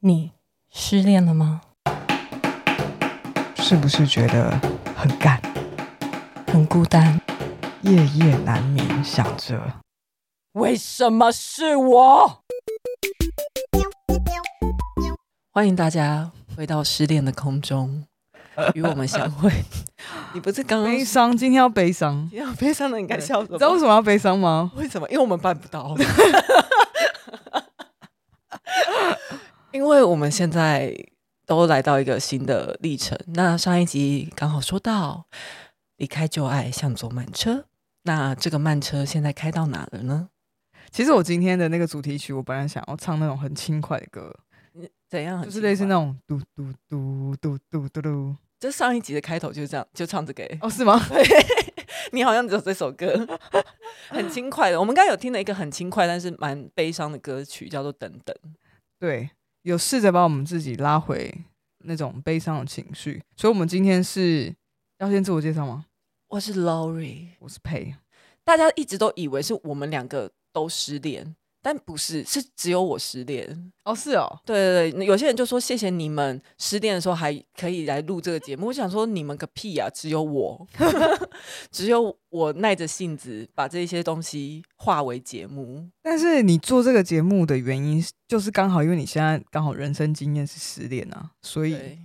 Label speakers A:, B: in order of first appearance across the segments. A: 你失恋了吗？
B: 是不是觉得很干，
A: 很孤单，
B: 夜夜难眠，想着
A: 为什么是我？欢迎大家回到失恋的空中，与我们相 会。你不是刚刚
B: 悲伤，今天要悲伤，
A: 要悲伤的，你该笑什
B: 你知道为
A: 么？
B: 什么要悲伤吗？
A: 为什么？因为我们办不 到。因为我们现在都来到一个新的历程。那上一集刚好说到离开旧爱，向左慢车。那这个慢车现在开到哪了呢？
B: 其实我今天的那个主题曲，我本来想要唱那种很轻快的歌，
A: 怎样？
B: 就是类似那
A: 种，
B: 种嘟嘟嘟嘟嘟嘟嘟，
A: 就上一集的开头就是这样，就唱这个、
B: 哦，是吗？
A: 你好像只有这首歌， 很轻快的。我们刚刚有听了一个很轻快，但是蛮悲伤的歌曲，叫做《等等》。
B: 对，有试着把我们自己拉回那种悲伤的情绪，所以我们今天是要先自我介绍吗？
A: 我是 Lori，
B: 我是佩，
A: 大家一直都以为是我们两个都失恋，但不是，是只有我失恋。
B: 哦，是哦，
A: 对对对，有些人就说谢谢你们失恋的时候还可以来录这个节目，我想说你们个屁呀、只有我， 只有我耐着性子把这些东西化为节目。
B: 但是你做这个节目的原因是，就是刚好因为你现在刚好人生经验是失恋啊，所以
A: 对，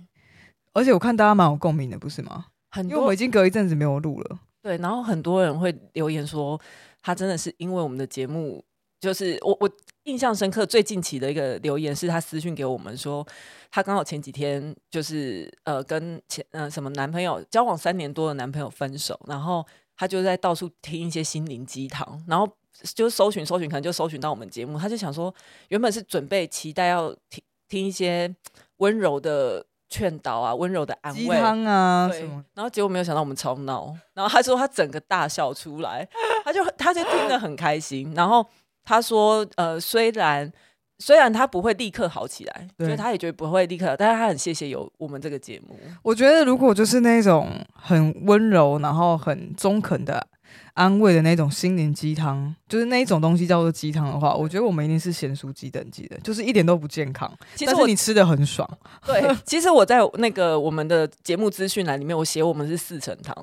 B: 而且我看大家蛮有共鸣的，不是吗？
A: 很
B: 因为我们
A: 多
B: 已经隔一阵子没有录了，
A: 对，然后很多人会留言说，他真的是因为我们的节目，就是我我印象深刻最近期的一个留言是他私讯给我们说，他刚好前几天就是呃跟前呃什么男朋友交往三年多的男朋友分手，然后他就在到处听一些心灵鸡汤，然后。就搜寻搜寻，可能就搜寻到我们节目，他就想说，原本是准备期待要听听一些温柔的劝导啊，温柔的安
B: 鸡
A: 慰，
B: 汤啊
A: 对
B: 什么，，
A: 然后结果没有想到我们超闹，然后他说他整个大笑出来，他就他就听得很开心，然后他说呃虽然虽然他不会立刻好起来，
B: 对
A: 所以他也觉得不会立刻好，但是他很谢谢有我们这个节目，
B: 我觉得如果就是那种很温柔，然后很中肯的安慰的那种心灵鸡汤，就是那一种东西叫做鸡汤的话，我觉得我们一定是咸酥鸡等级的，就是一点都不健康，
A: 其实
B: 但是
A: 我
B: 你吃的 很爽。
A: 对，其实我在那个我们的节目资讯栏里面，我写我们是四神汤，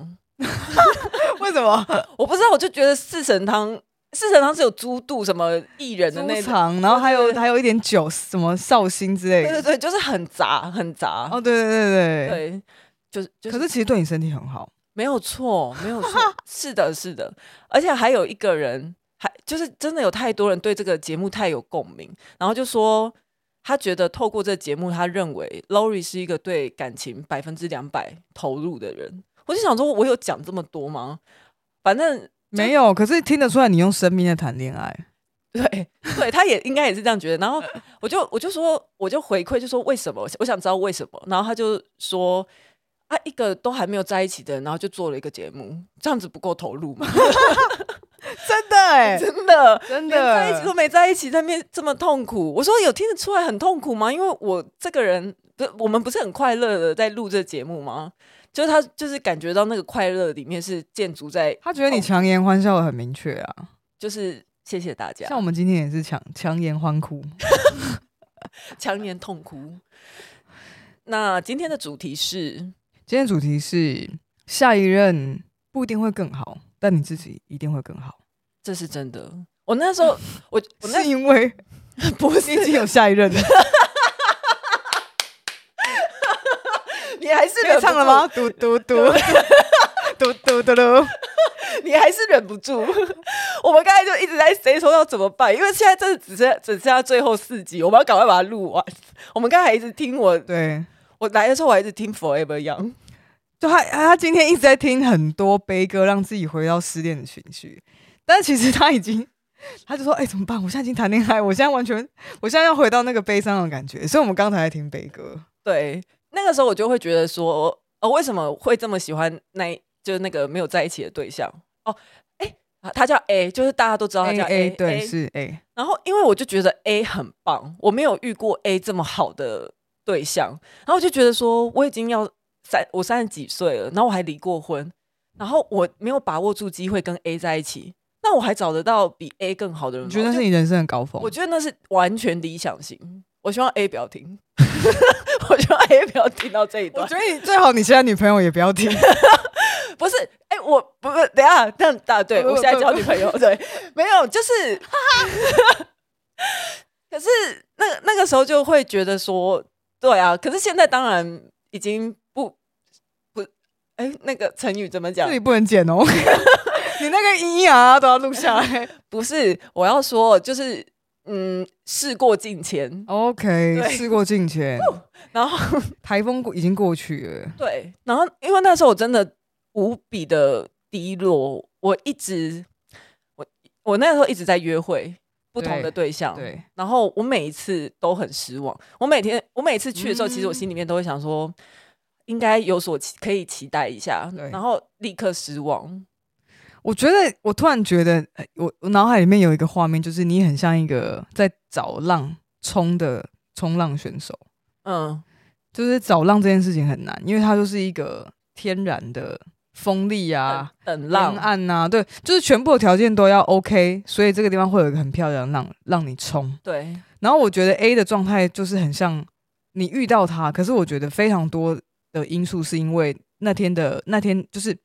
B: 为什么？
A: 我不知道，我就觉得四神汤。四神汤是有猪肚什么薏仁的那
B: 猪
A: 种，
B: 肠，然后还有
A: 对
B: 还有一点酒，什么绍兴之类
A: 对对
B: 的。
A: 对，就是很杂很杂，
B: 哦，对对对对。
A: 对，就是就是
B: 可是其实对你身体很好，
A: 没有错，没有错， 是的，是的，而且还有一个人，还就是真的有太多人对这个节目太有共鸣，然后就说他觉得透过这节目，他认为 Lori 是一个对感情百分之两百投入的人。我就想说，我有讲这么多吗？反正
B: 没有，可是听得出来你用生命在谈恋爱。
A: 对对，他也应该也是这样觉得。然后我就我就说，我就回馈，就说为什么？我想知道为什么。然后他就说，啊，一个都还没有在一起的人，然后就做了一个节目，这样子不够投入吗？
B: 真的哎、
A: 真的。
B: 真
A: 连在一起都
B: 的，
A: 没在一起，在那边这么痛苦。我说有听得出来很痛苦吗？因为我这个人不是，我们不是很快乐的在录这节目吗？就是他就是感觉到那个快乐里面是建筑在，
B: 他觉得你强颜欢笑的很明确啊。
A: 就是谢谢大家，
B: 像我们今天也是强强颜欢哭，
A: 强颜痛哭。那今天的主题是
B: 今天主题是下一任不一定会更好，但你自己一定会更好，
A: 这是真的。我那时候， 我我那
B: 是因为
A: 不
B: 你已经有下一任了，
A: 你还是
B: 可以唱了 吗？？嘟嘟嘟嘟嘟嘟 嘟，
A: 你还是忍不住。 我们刚才就一直在谁说要怎么办，因为现在真的只剩只剩下最后四集，我们要赶快把它录完。我们刚才一直听我，
B: 对，
A: 我来的时候我还一直听 Forever Young，
B: 就他他今天一直在听很多悲歌，让自己回到失恋的情绪，但其实他已经。他就说：“哎、怎么办？我现在已经谈恋爱，我现在完全，我现在要回到那个悲伤的感觉。所以，我们刚才在听悲 歌，
A: 对，那个时候我就会觉得说，哦，为什么会这么喜欢那一，就是那个没有在一起的对象？哦，哎、他叫 A，就是大家都知道他
B: A
A: 叫
B: 啊 A 嗯
A: A，
B: 对
A: A
B: 是 A，
A: 然后因为我就觉得 A 很棒，我没有遇过 A 这么好的对象，然后我就觉得说我已经要三我三十几岁了，然后我还离过婚，然后我没有把握住机会跟 A 在一起，那我还找得到比 A 更好的人
B: 你
A: 吗？
B: 觉得
A: 我
B: 那
A: 就是
B: 你人生的高峰？
A: 我觉得那是完全理想型，我希望 A 不要听， 我希望 A 不要听到这一段。
B: 我觉得你最好你现在女朋友也不要听，
A: 不是，哎、我不不，等一下，但答对，
B: 不
A: 我
B: 不
A: 现在
B: 不
A: 交
B: 不
A: 女朋友，对，没有，就是， 哈哈可是那那个时候就会觉得说，对啊，可是现在当然已经不不，哎、那个成语怎么讲
B: 这？里不能剪 哦。你那个咿呀啊都要录下来。
A: 不是，我要说就是，嗯，事过境迁，
B: OK，
A: 对
B: 事过境迁，
A: 然后
B: 台风过已经过去了。
A: 对，然后因为那时候我真的无比的低落，我一直我我那时候一直在约会不同的对象，
B: 对，
A: 然后我每一次都很失望。我每天我每次去的时候，其实我
B: 嗯
A: 心里面都会想说，应该有所期可以期待一下
B: 对，
A: 然后立刻失望。
B: 我觉得我突然觉得，呃我我脑海里面有一个画面，就是你很像一个在找浪冲的冲浪选手。
A: 嗯，
B: 就是找浪这件事情很难，因为它就是一个天然的风力啊、
A: 等等
B: 浪
A: 浪，
B: 岸啊，对，就是全部的条件都要 OK，所以这个地方会有一个很漂亮的浪让你冲。
A: 对
B: 然后我觉得 A 的状态就是很像你遇到他，可是我觉得非常多的因素是因为那天的那天就是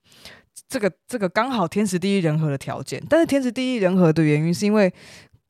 B: 这个这个刚好天时地利人和的条件，但是天时地利人和的原因是因为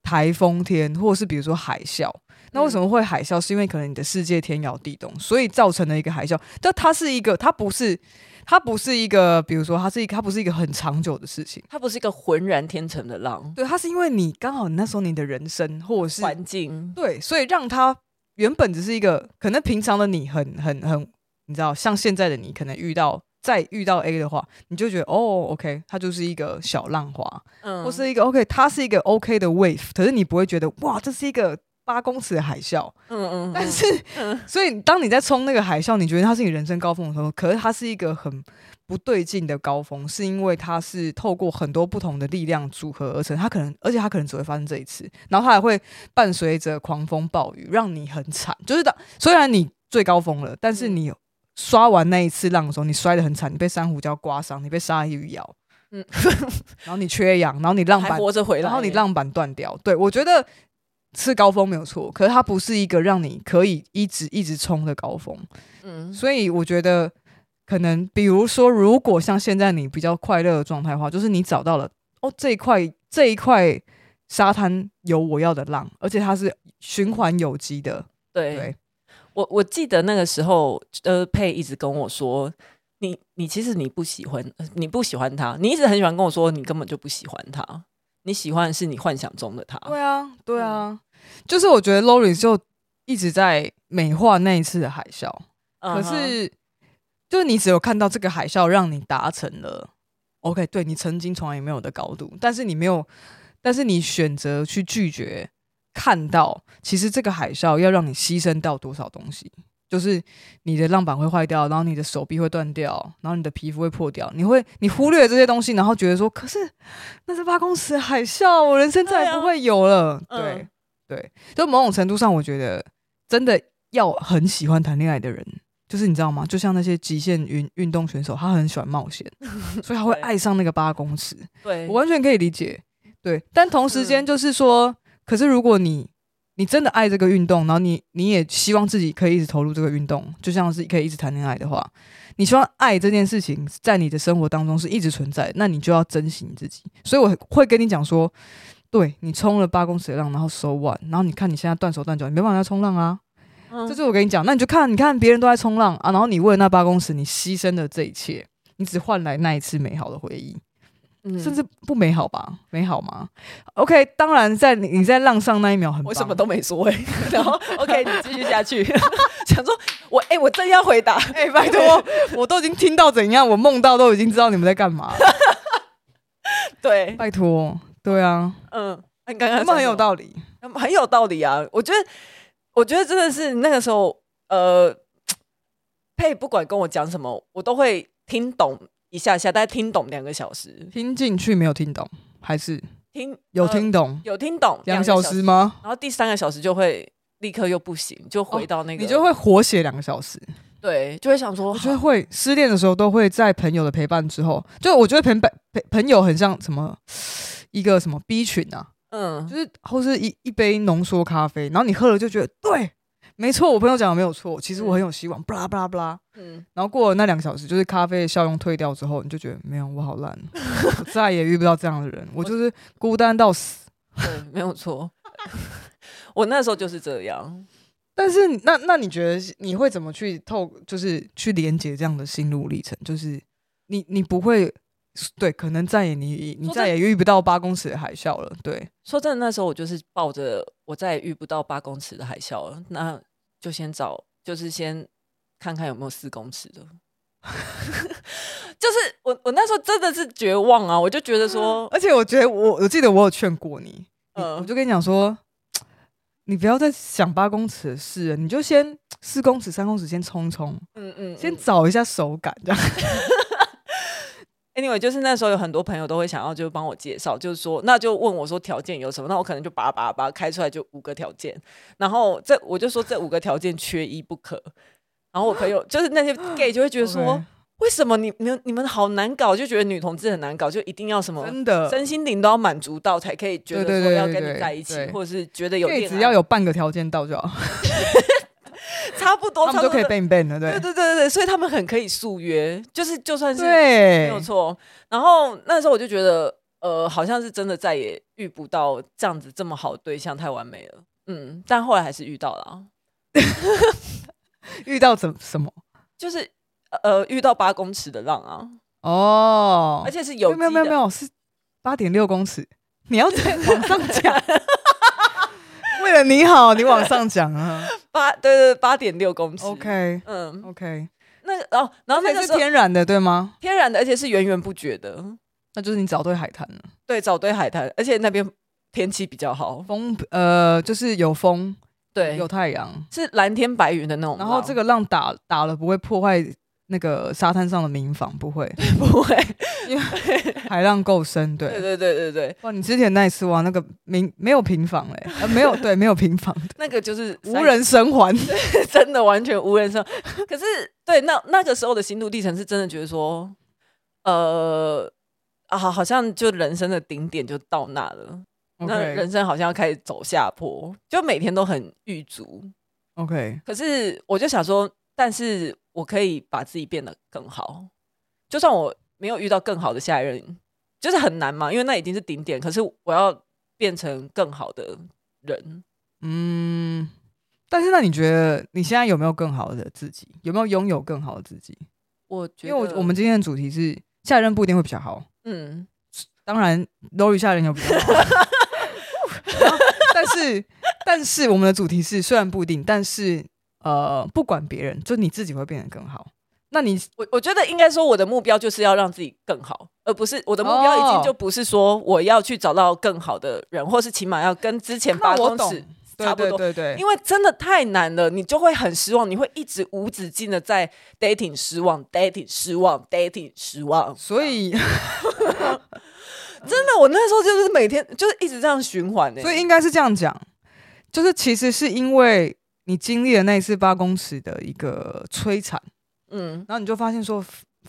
B: 台风天或者是比如说海啸。那为什么会海啸？是因为可能你的世界天摇地动，所以造成了一个海啸。但它是一个，它不是，它不是一个，比如说，它是一个，它不是一个很长久的事情。
A: 它不是一个浑然天成的浪，
B: 对，它是因为你刚好你那时候你的人生或者是
A: 环境
B: 对，所以让他原本只是一个可能平常的你很很很，你知道，像现在的你可能遇到再遇到 A 的话，你就觉得哦，OK，它就是一个小浪花，
A: 嗯
B: 或是一个 OK，它是一个 OK 的 wave，可是你不会觉得哇，这是一个。八公尺的海啸，
A: 嗯嗯，
B: 但
A: 嗯
B: 是，
A: 嗯
B: 所以当你在冲那个海啸，你觉得它是你人生高峰的时候，可是它是一个很不对劲的高峰，是因为它是透过很多不同的力量组合而成。它可能，而且它可能只会发生这一次，然后它还会伴随着狂风暴雨，让你很惨。就是当虽然你最高峰了，但是
A: 嗯
B: 你刷完那一次浪的时候，你摔得很惨，你被珊瑚礁刮伤，你被鲨鱼咬，
A: 嗯，
B: 然后你缺氧，然后 你浪
A: 还
B: 板，
A: 活着回来，
B: 然后你浪板断掉。对我觉得是高峰没有错，可是它不是一个让你可以一直一直冲的高峰。
A: 嗯，
B: 所以我觉得，可能比如说，如果像现在你比较快乐的状态的话，就是你找到了哦这一块这一块沙滩有我要的浪，而且它是循环有机的，
A: 对
B: 对，
A: 我我记得那个时候，呃，佩一直跟我说，你你其实你不喜欢，呃你不喜欢他，你一直很喜欢跟我说，你根本就不喜欢他，你喜欢的是你幻想中的他。
B: 对啊，对啊，就是我觉得 Lori 就一直在美化那一次的海啸，
A: 嗯
B: 可
A: 哼
B: 是就是你只有看到这个海啸让你达成了 OK，对你曾经从来也没有的高度，但是你没有，但是你选择去拒绝看到，其实这个海啸要让你牺牲到多少东西。就是你的浪板会坏掉，然后你的手臂会断掉，然后你的皮肤会破掉，你会你忽略这些东西，然后觉得说，可是那是八公尺的海啸，我人生再
A: 对
B: 也
A: 啊
B: 不会有了。对、
A: 嗯
B: 对，就某种程度上，我觉得真的要很喜欢谈恋爱的人，就是你知道吗？就像那些极限运运动选手，他很喜欢 冒险，所以他会
A: 对
B: 爱上那个八公尺。
A: 对，
B: 我完全可以理解，对。但同时间
A: 嗯
B: 就是说，可是如果你你真的爱这个运动，然后你你也希望自己可以一直投入这个运动，就像是可以一直谈恋爱的话，你希望爱这件事情在你的生活当中是一直存在，那你就要珍惜你自己。所以我会跟你讲说，对你冲了八公尺的浪，然后手腕，然后你看你现在断手断脚，你没办法再冲浪啊。
A: 嗯
B: 这就是我跟你讲，那你就看，你看别人都在冲浪啊，然后你为了那八公尺，你牺牲了这一切，你只换来那一次美好的回忆。
A: 嗯
B: 甚至不美好吧？美好吗？OK，当然在你你在浪上那一秒很棒，
A: 我什么都没说、欸，然 后 OK，你继续下去， 想说我哎、我真要回 答，
B: 哎、拜托，我都已经听到怎样，我梦到都已经知道你们在干嘛 了，
A: 对，
B: 拜托，对啊，
A: 嗯，你刚刚
B: 他
A: 讲
B: 们很
A: 什
B: 有
A: 么
B: 道理，
A: 嗯很有道理啊！我觉得，我觉得真的是那个时候，呃，佩不管跟我讲什么，我都会听懂一下下，大概听懂两个小时，
B: 听进去没有听懂，还是
A: 听
B: 有
A: 呃
B: 听懂
A: 有听懂
B: 两、
A: 个
B: 小
A: 小
B: 时，吗？
A: 然后第三个小时就会立刻又不行，就回到那个，
B: 哦你就会活写两个小时，
A: 对，就会想说，
B: 我觉得会失恋的时候都会在朋友的陪伴之后，就我觉得朋伴朋朋友很像什么一个什么 B 群啊，
A: 嗯，
B: 就是或是一一杯浓缩咖啡，然后你喝了就觉得对，没错，我朋友讲的没有错，其实我很有希望，布拉布拉布拉。
A: 嗯，
B: 然后过了那两个小时，就是咖啡的效用退掉之后，你就觉得没有，我好烂，我再也遇不到这样的人，我就是孤单到死。
A: 对，没有错。 我那时候就是这样，
B: 但是那那你觉得你会怎么去透，就是去连接这样的心路历程？就是你你不会对，可能再也你你
A: 说
B: 再也遇不到八公尺的海啸了，对。
A: 说真的，那时候我就是抱着我再也遇不到八公尺的海啸了，那就先找，就是先看看有没有四公尺的。 就是我，我那时候真的是绝望啊！我就觉得 说，
B: 而且我觉得我我记得我有劝过你，你
A: 嗯
B: 我就跟你讲说，你不要再想八公尺的事了，你就先四公尺、三公尺先冲冲，
A: 嗯嗯，
B: 先
A: 嗯
B: 找一下手感这样。
A: Anyway，就是那时候有很多朋友都会想要就帮我介绍，就是说那就问我说条件有什么，那我可能就叭叭叭开出来就五个条件，然后这我就说这五个条件缺一不可。然后我朋友就是那些 gay 就会觉得说
B: OK
A: 为什么你你们你们好难搞，就觉得女同志很难搞，就一定要什么
B: 真的，
A: 哦身心灵都要满足到才可以觉得
B: 对对
A: 说
B: 对
A: 要
B: 对
A: 跟
B: 对
A: 你在一起，
B: 对
A: 或者是觉得有
B: 因为
A: 恋
B: 只要
A: 爱
B: 有半个条件到就好，
A: 差不多，
B: 他们就可以
A: 差不多
B: ban ban 了，对
A: 对对对对对，所以他们很可以速约，就是就算是没
B: 对
A: 有错。然后那时候我就觉得，呃，好像是真的再也遇不到这样子这么好的对象，太完美了。嗯，但后来还是遇到了啊，
B: 遇到怎什么
A: 就是呃遇到八公尺的浪啊，
B: 哦，
A: 而且是有
B: 没有没有没
A: 有，
B: 有是八点六公尺，你要再往上讲。 为了你好，你往上讲 啊。
A: 八对对八点六公尺。
B: OK
A: 嗯，
B: OK，
A: 那个哦，然后那
B: 那
A: 个
B: 是
A: 时候
B: 天然的对吗？
A: 天然的，而且是源源不绝的。
B: 那就是你找对海滩了。
A: 对，找对海滩，而且那边天气比较好，
B: 风呃，就是有风，
A: 对，
B: 有太阳，
A: 是蓝天白云的那种
B: 然
A: 浪。
B: 后这个浪打打了不会破坏那个沙滩上的民房，不 会，
A: 不会，
B: 因为海浪够深，对。
A: 对对对对对，
B: 哇，你之前那一次哇，那个民没有平房嘞、呃，没有对，没有 平房，
A: 那个就是
B: 无人 生还。
A: 真的完全无人生。 可是对那那个时候的心路历程，是真的觉得说，呃啊，好像就人生的顶点就到那了。那
B: OK
A: 人生好像要开始走下坡，就每天都很郁卒。
B: OK，
A: 可是我就想说，但是我可以把自己变得更好，就算我没有遇到更好的下一任，就是很难嘛，因为那已经是顶点。可是我要变成更好的人，
B: 嗯，但是那你觉得你现在有没有更好的自己？有没有拥有更好的自己？
A: 我觉
B: 因
A: 得
B: 为我我们今天的主题是下一任不一定会比较好，
A: 嗯。
B: 当然 l o 下人有比 较好，但是但是我们的主题是虽然不一定，但是呃，不管别人，就你自己会变得更好。那你
A: 我我觉得应该说，我的目标就是要让自己更好，而不是我的目标已
B: 哦
A: 经就不是说我要去找到更好的人，或是起码要跟之前八
B: 那我
A: 公
B: 懂
A: 尺，
B: 对
A: 差不
B: 对
A: 多
B: 对对，
A: 因为真的太难了，你就会很失望，你会一直无止境的在 dating 失望，dating 失望，dating 失望。
B: 所以
A: 真的，我那时候就是每天就是一直这样循环欸呢、
B: 所以应该是这样讲，就是其实是因为你经历了那一次八公尺的一个摧残，
A: 嗯，
B: 然后你就发现说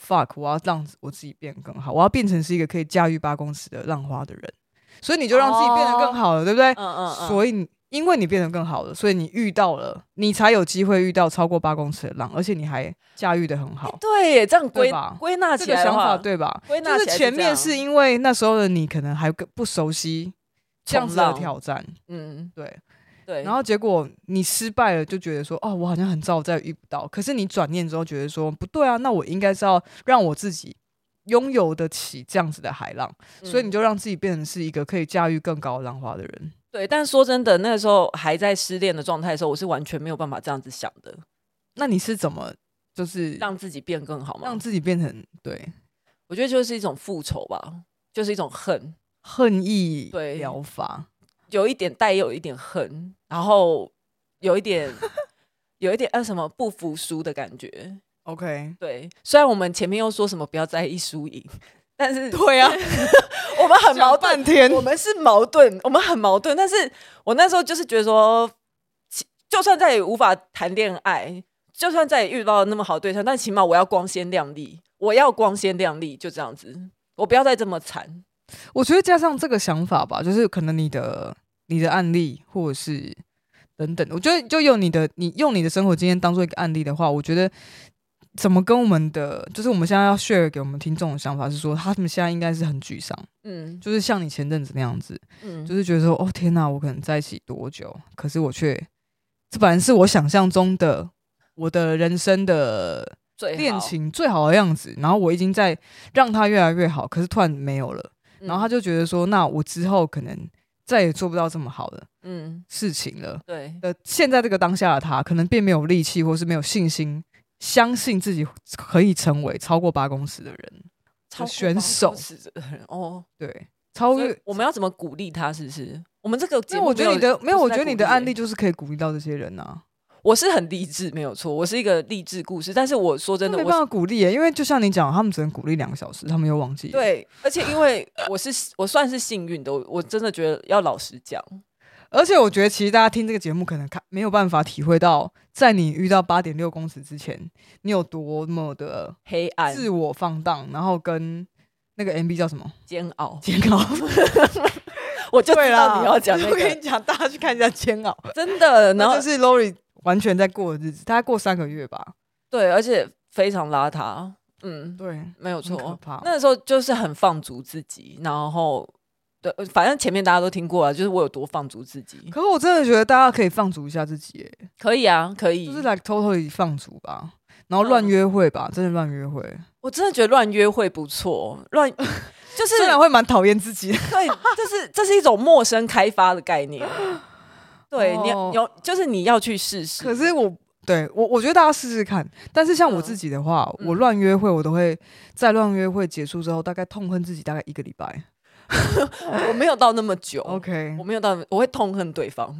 B: fuck，我要让我自己变得更好，我要变成是一个可以驾驭八公尺的浪花的人，所以你就让自己变得更好了，对不对？
A: 嗯嗯嗯，
B: 所以你因为你变得更好了，所以你遇到了，你才有机会遇到超过八公尺的浪，而且你还驾驭的很好。
A: 对耶，这样归
B: 对吧
A: 归纳
B: 这
A: 起
B: 个
A: 来的
B: 想
A: 话，
B: 法对吧？
A: 归纳起
B: 就是
A: 来是
B: 前面
A: 这
B: 是
A: 样啊
B: 因为那时候的你可能还更不熟悉这样子的
A: 冲浪
B: 挑战，
A: 嗯
B: 对。
A: 对，
B: 然后结果你失败了，就觉得说哦，我好像很早再也遇不到。可是你转念之后觉得说不对啊，那我应该是要让我自己拥有得起这样子的海浪，所以
A: 嗯
B: 你就让自己变成是一个可以驾驭更高的浪花的人。
A: 对，但说真的，那个时候还在失恋的状态的时候，我是完全没有办法这样子想的，
B: 那你是怎么就是
A: 让自己变更好
B: 让
A: 吗？
B: 自己变成对
A: 我觉得就是一种复仇吧，就是一种恨，
B: 恨意
A: 对
B: 疗法？
A: 有一点带有一点恨，然后有一 点有一点呃什么不服输的感觉。
B: OK，
A: 对，虽然我们前面又说什么不要在意输赢，但是
B: 对啊，
A: 我们很矛
B: 讲
A: 盾
B: 半，天
A: 我们是矛盾，我们很矛盾。但是我那时候就是觉得说，其就算再也无法谈恋爱，就算再也遇到那么好对象，但起码我要光鲜亮丽，我要光鲜亮丽，就这样子，我不要再这么惨。
B: 我觉得加上这个想法吧，就是可能你的你的案例，或者是等等，我觉得就用你的你用你的生活经验当做一个案例的话，我觉得怎么跟我们的，就是我们现在要 share 给我们听众的想法是说，他们现在应该是很沮丧，
A: 嗯
B: 就是像你前阵子那样子，
A: 嗯，
B: 就是觉得说，哦天哪，我可能在一起多久？可是我却这本来是我想象中的我的人生的
A: 最
B: 恋
A: 好，
B: 情最好的样子，然后我已经在让它越来越好，可是突然没有了。然后他
A: 就
B: 就觉得说，那我之后可能再也做不到这么好的
A: 嗯，
B: 事情了。
A: 对，
B: 呃，现在这个当下的他，可能并没有力气，或是没有信心，相信自己可以成为超过八公尺的人，
A: 超过
B: 选
A: 八
B: 手
A: 公尺的人哦，
B: 对，超
A: 所以
B: 越。
A: 我们要怎么鼓励他？是不是？我们这个节
B: 因为
A: 目
B: 我觉得你的没有，
A: 不
B: 我
A: 是在
B: 觉得你
A: 鼓
B: 的
A: 励
B: 案
A: 欸
B: 例就是可以鼓励到这些人啊，
A: 我是很励志，没有错，我是一个励志故事。但是我说真的，
B: 没
A: 我
B: 办法鼓励耶，因为就像你讲，他们只能鼓励两个小时，他们又忘记。，
A: 对，而且因为我是我算是幸运的，我我真的觉得要老实讲，
B: 而且我觉得其实大家听这个节目，可能看没有办法体会到，在你遇到八点六公尺之前，你有多么的
A: 黑暗
B: 自我放荡，然后跟那个 MV 叫什么？
A: 煎熬，
B: 煎熬。
A: 我就
B: 对
A: 知
B: 啦，
A: 道你要讲那
B: 我跟
A: 个，
B: 你讲，大家去看一下《煎熬》，
A: 真的。 然后
B: 那就是 Lori 完全在过的日子，大概过三个月吧。
A: 对，而且非常邋遢，嗯，
B: 对，
A: 没有
B: 很可
A: 错
B: 怕。
A: 那时候就是很放逐自己，然后对，呃反正前面大家都听过了，啊就是我有多放逐自己，
B: 可是我真的觉得大家可以放逐一下自己耶，
A: 可以啊，可以。
B: 就是来偷偷地放逐吧，然后乱
A: 嗯
B: 约会吧，真的乱约会，
A: 我真的觉得乱约会不错， 乱就是
B: 虽然会蛮讨厌自己的，
A: 对，这是这是一种陌生开发的概念。对，你
B: 哦
A: 要有就是你要去试试。
B: 可是我。对我，我觉得大家试试看。但是像
A: 嗯
B: 我自己的话，
A: 嗯
B: 我乱约会，我都会在乱约会结束之后，大概痛恨自己大概一个礼拜。
A: 我没有到那么久
B: OK，
A: 哦我没有到，我会痛恨对方。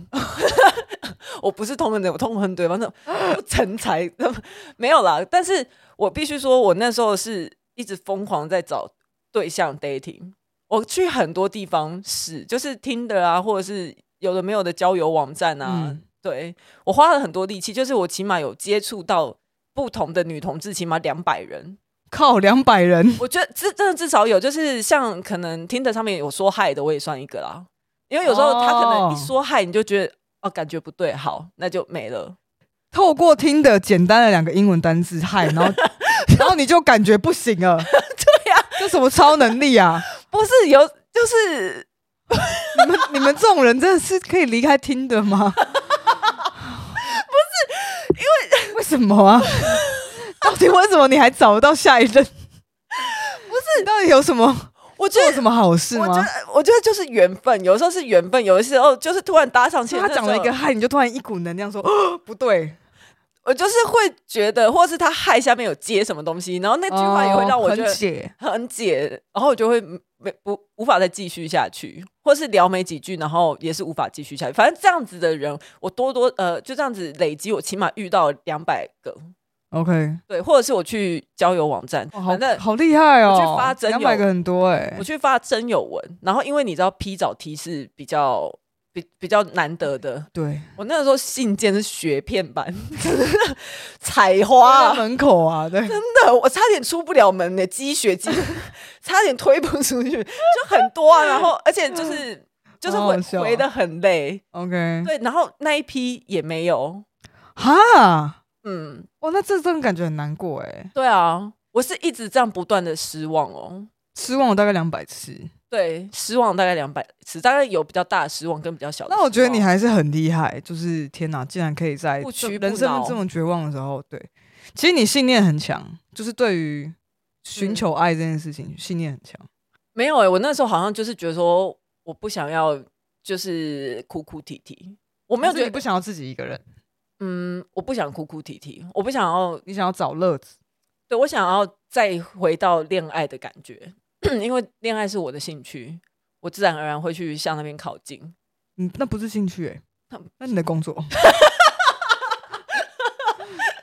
A: 我不是痛恨的，我痛恨对方，那种不成才没有啦。但是我必须说，我那时候是一直疯狂在找对象 dating，我去很多地方试，就是 Tinder 啊，或者是有的没有的交友网站啊。
B: 嗯
A: 对我花了很多力气，就是我起码有接触到不同的女同志，起码两百人。
B: 靠两百人，
A: 我觉得至真的至少有，就是像可能 Tinder 上面有说嗨的，我也算一个啦。因为有时候他可能
B: 哦
A: 一说嗨，你就觉得哦感觉不对，好那就没了。
B: 透过听的简单的两个英文单 字嗨，然后然后你就感觉不行了。对
A: 呀、
B: 这什么超能力啊？
A: 不是有就是
B: 你们你们这种人真的是可以离开听的吗？不是，因为为什么啊？到底为什么你还找得到下一任？不是，到底有什么
A: 我觉
B: 做
A: 得。
B: 什么好事
A: 我觉
B: 吗
A: 得？，我觉得就是缘分，有时候是缘分，有的时候就是突然搭上
B: 所
A: 线。
B: 以他讲了一
A: 那时
B: 个
A: 候，
B: 嗨，你就突然一股能量说，哦不对，
A: 我就是会觉得，或是他嗨下面有接什么东西，然后那句话也会让我
B: 哦
A: 觉
B: 很
A: 得
B: 解。
A: 很解，然后我就会没不无法再继续下去，或是聊没几句，然后也是无法继续下去。反正这样子的人，我多多呃，就这样子累积，我起码遇到两百个，
B: OK，
A: 对，或者是我去交友网站，
B: 哇
A: 反正
B: 好好厉害哦，
A: 我去发真
B: 两百
A: 有
B: 个很多哎、
A: 我去发真有文，然后因为你知道 P 早 T 是比较比比较难得的，
B: 对，
A: 我那个时候信件是雪片版， 采
B: 哇，
A: 花，
B: 门口啊，对，
A: 真的，我差点出不了门呢、 积雪 积，差点推不出去，就很多啊。然后，而且就是 就是
B: 好好
A: 回
B: 笑啊嗯
A: 回的很累，
B: OK，
A: 对。然后那一批也没有，
B: 哈，
A: 嗯，
B: 哇，那这真的感觉很难过哎、
A: 对啊，我是一直这样不断的失望哦。
B: 失望了大概两百次。
A: 对，失望大概两百次，大概有比较大的失望跟比较小的失望。
B: 那我觉得你还是很厉害，就是天哪，竟然可以在
A: 不
B: 这
A: 屈不
B: 人生
A: 挠
B: 这么绝望的时候，对，其实你信念很强，就是对于寻
A: 嗯
B: 求爱这件事情、信念很强。
A: 没有哎、我那时候好像就是觉得说，我不想要就是哭哭啼啼，我
B: 我
A: 没有觉
B: 你
A: 得
B: 不想要自己一个人，
A: 嗯，我不想哭哭啼啼，我不想要
B: 你想要找乐子。
A: 对我想要再回到恋爱的感觉， 因为恋爱是我的兴趣，我自然而然会去向那边靠近。
B: 嗯，那不是兴趣哎、
A: 那
B: 那 你的工作，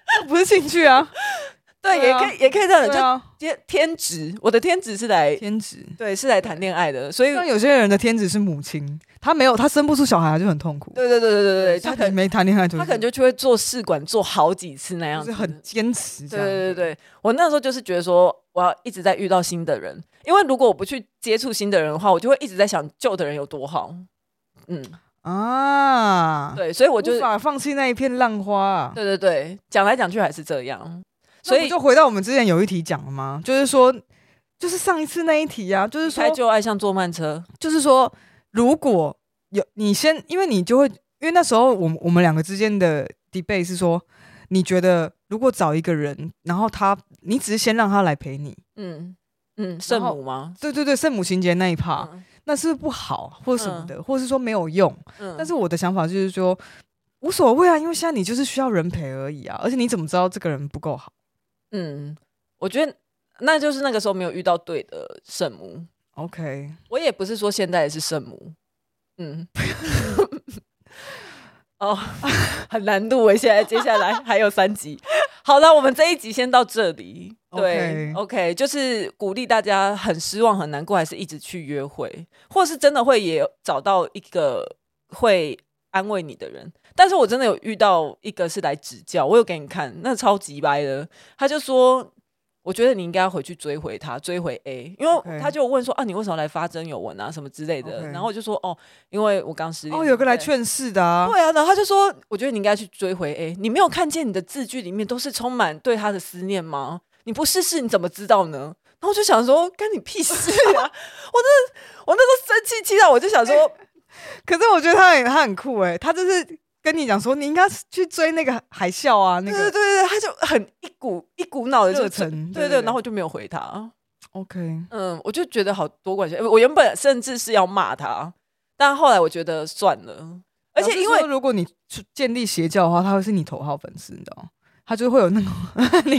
B: 那不是兴趣啊，
A: 对对，也可以，也可以这样，
B: 对
A: 就
B: 啊，
A: 天天职，我的天职是来，
B: 天职。
A: 对，是来谈恋爱的，所以，
B: 像
A: 对
B: 有些人的天职是母亲，她没有，她生不出小孩她就很痛苦。
A: 对对对对对，他
B: 她
A: 可能
B: 啊没谈恋爱就
A: 他可能就去会做试管做好几次那样
B: 就是
A: 子，
B: 很坚持这
A: 对
B: 样。
A: 对对对，我那时候就是觉得说，我要一直在遇到新的人，因为如果我不去接触新的人的话，我就会一直在想旧的人有多好。嗯，
B: 啊，
A: 对，所以我就
B: 无法放弃那一片浪花、啊。
A: 对对对，讲来讲去还是这样。所
B: 所
A: 以
B: 以就回到我们之前有一题讲了吗？就是说，就是上一次那一题啊，就是说
A: 开，旧爱像坐慢车，
B: 就是说，如果有你先，因为你就会，因为那时候我们我们两个之间的 debate 是说，你觉得如果找一个人，然后他，你只是先让他来陪你，
A: 嗯嗯，圣
B: 后啊
A: 母吗？
B: 对对对，圣母情节那一趴，
A: 嗯
B: 那是不是不好或者什么的，或是说没有用。
A: 嗯
B: 但是我的想法就是说，无所谓啊，因为现在你就是需要人陪而已啊，而且你怎么知道这个人不够好？
A: 嗯，我觉得那就是那个时候没有遇到对的圣母。
B: OK，
A: 我也不是说现在也是圣母，嗯。 哦，很难度诶！现在接下来还有三 集。好了，我们这一集先到这里。对
B: OK
A: ，OK，就是鼓励大家很失望、很难过，还是一直去约会，或是真的会也找到一个会安慰你的人。但是我真的有遇到一个是来指教，我有给你看，那超级白的，他就说。我觉得你应该要回去追回他，追回 A，因为
B: OK
A: 他就问说啊，你为什么来发真有文啊，什么之类的。
B: OK
A: 然后我就说哦，因为我刚失恋。
B: 哦，有个来
A: 对
B: 劝世的啊，
A: 对啊，然后他就说：“我觉得你应该去追回 A，你没有看见你的字句里面都是充满对他的思念吗？你不试试你怎么知道呢？”然后我就想说：“干你屁事啊！”我真的，我那时候生气气到，我就想说
B: 可是我觉得他很他很酷哎、他就是跟你讲说你应该去追那个海啸啊，：“那
A: 对
B: 个
A: 对对对，他就很一股一股脑的就
B: 热忱
A: 对
B: 对对
A: 对，
B: 对
A: 然后我就没有回他。
B: OK，
A: 嗯，我就觉得好多管闲，我原本甚至是要骂他，但后来我觉得算了，而且因
B: 老实
A: 为
B: 说如果你去建立邪教的话，他会是你头号粉丝，你知道吗？他就会有 那种你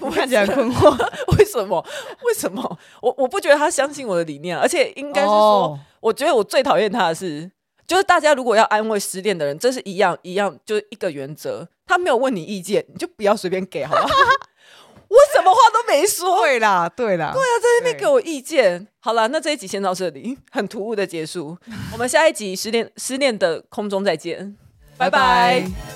B: 你看起来很困惑，
A: 为什么？为什么？我我不觉得他相信我的理念啊，而且应该是说。
B: 哦
A: 我觉得我最讨厌他的是，就是大家如果要安慰失恋的人，这是一样一样，就是一个原则。他没有问你意见，你就不要随便给，好吗？ 我什么话都没说，
B: 对啦对啦，对啊，在
A: 那边给我意见。好了，那这一集先到这里，很突兀的结束。我们下一集失恋失恋的空中再见，拜拜
B: 拜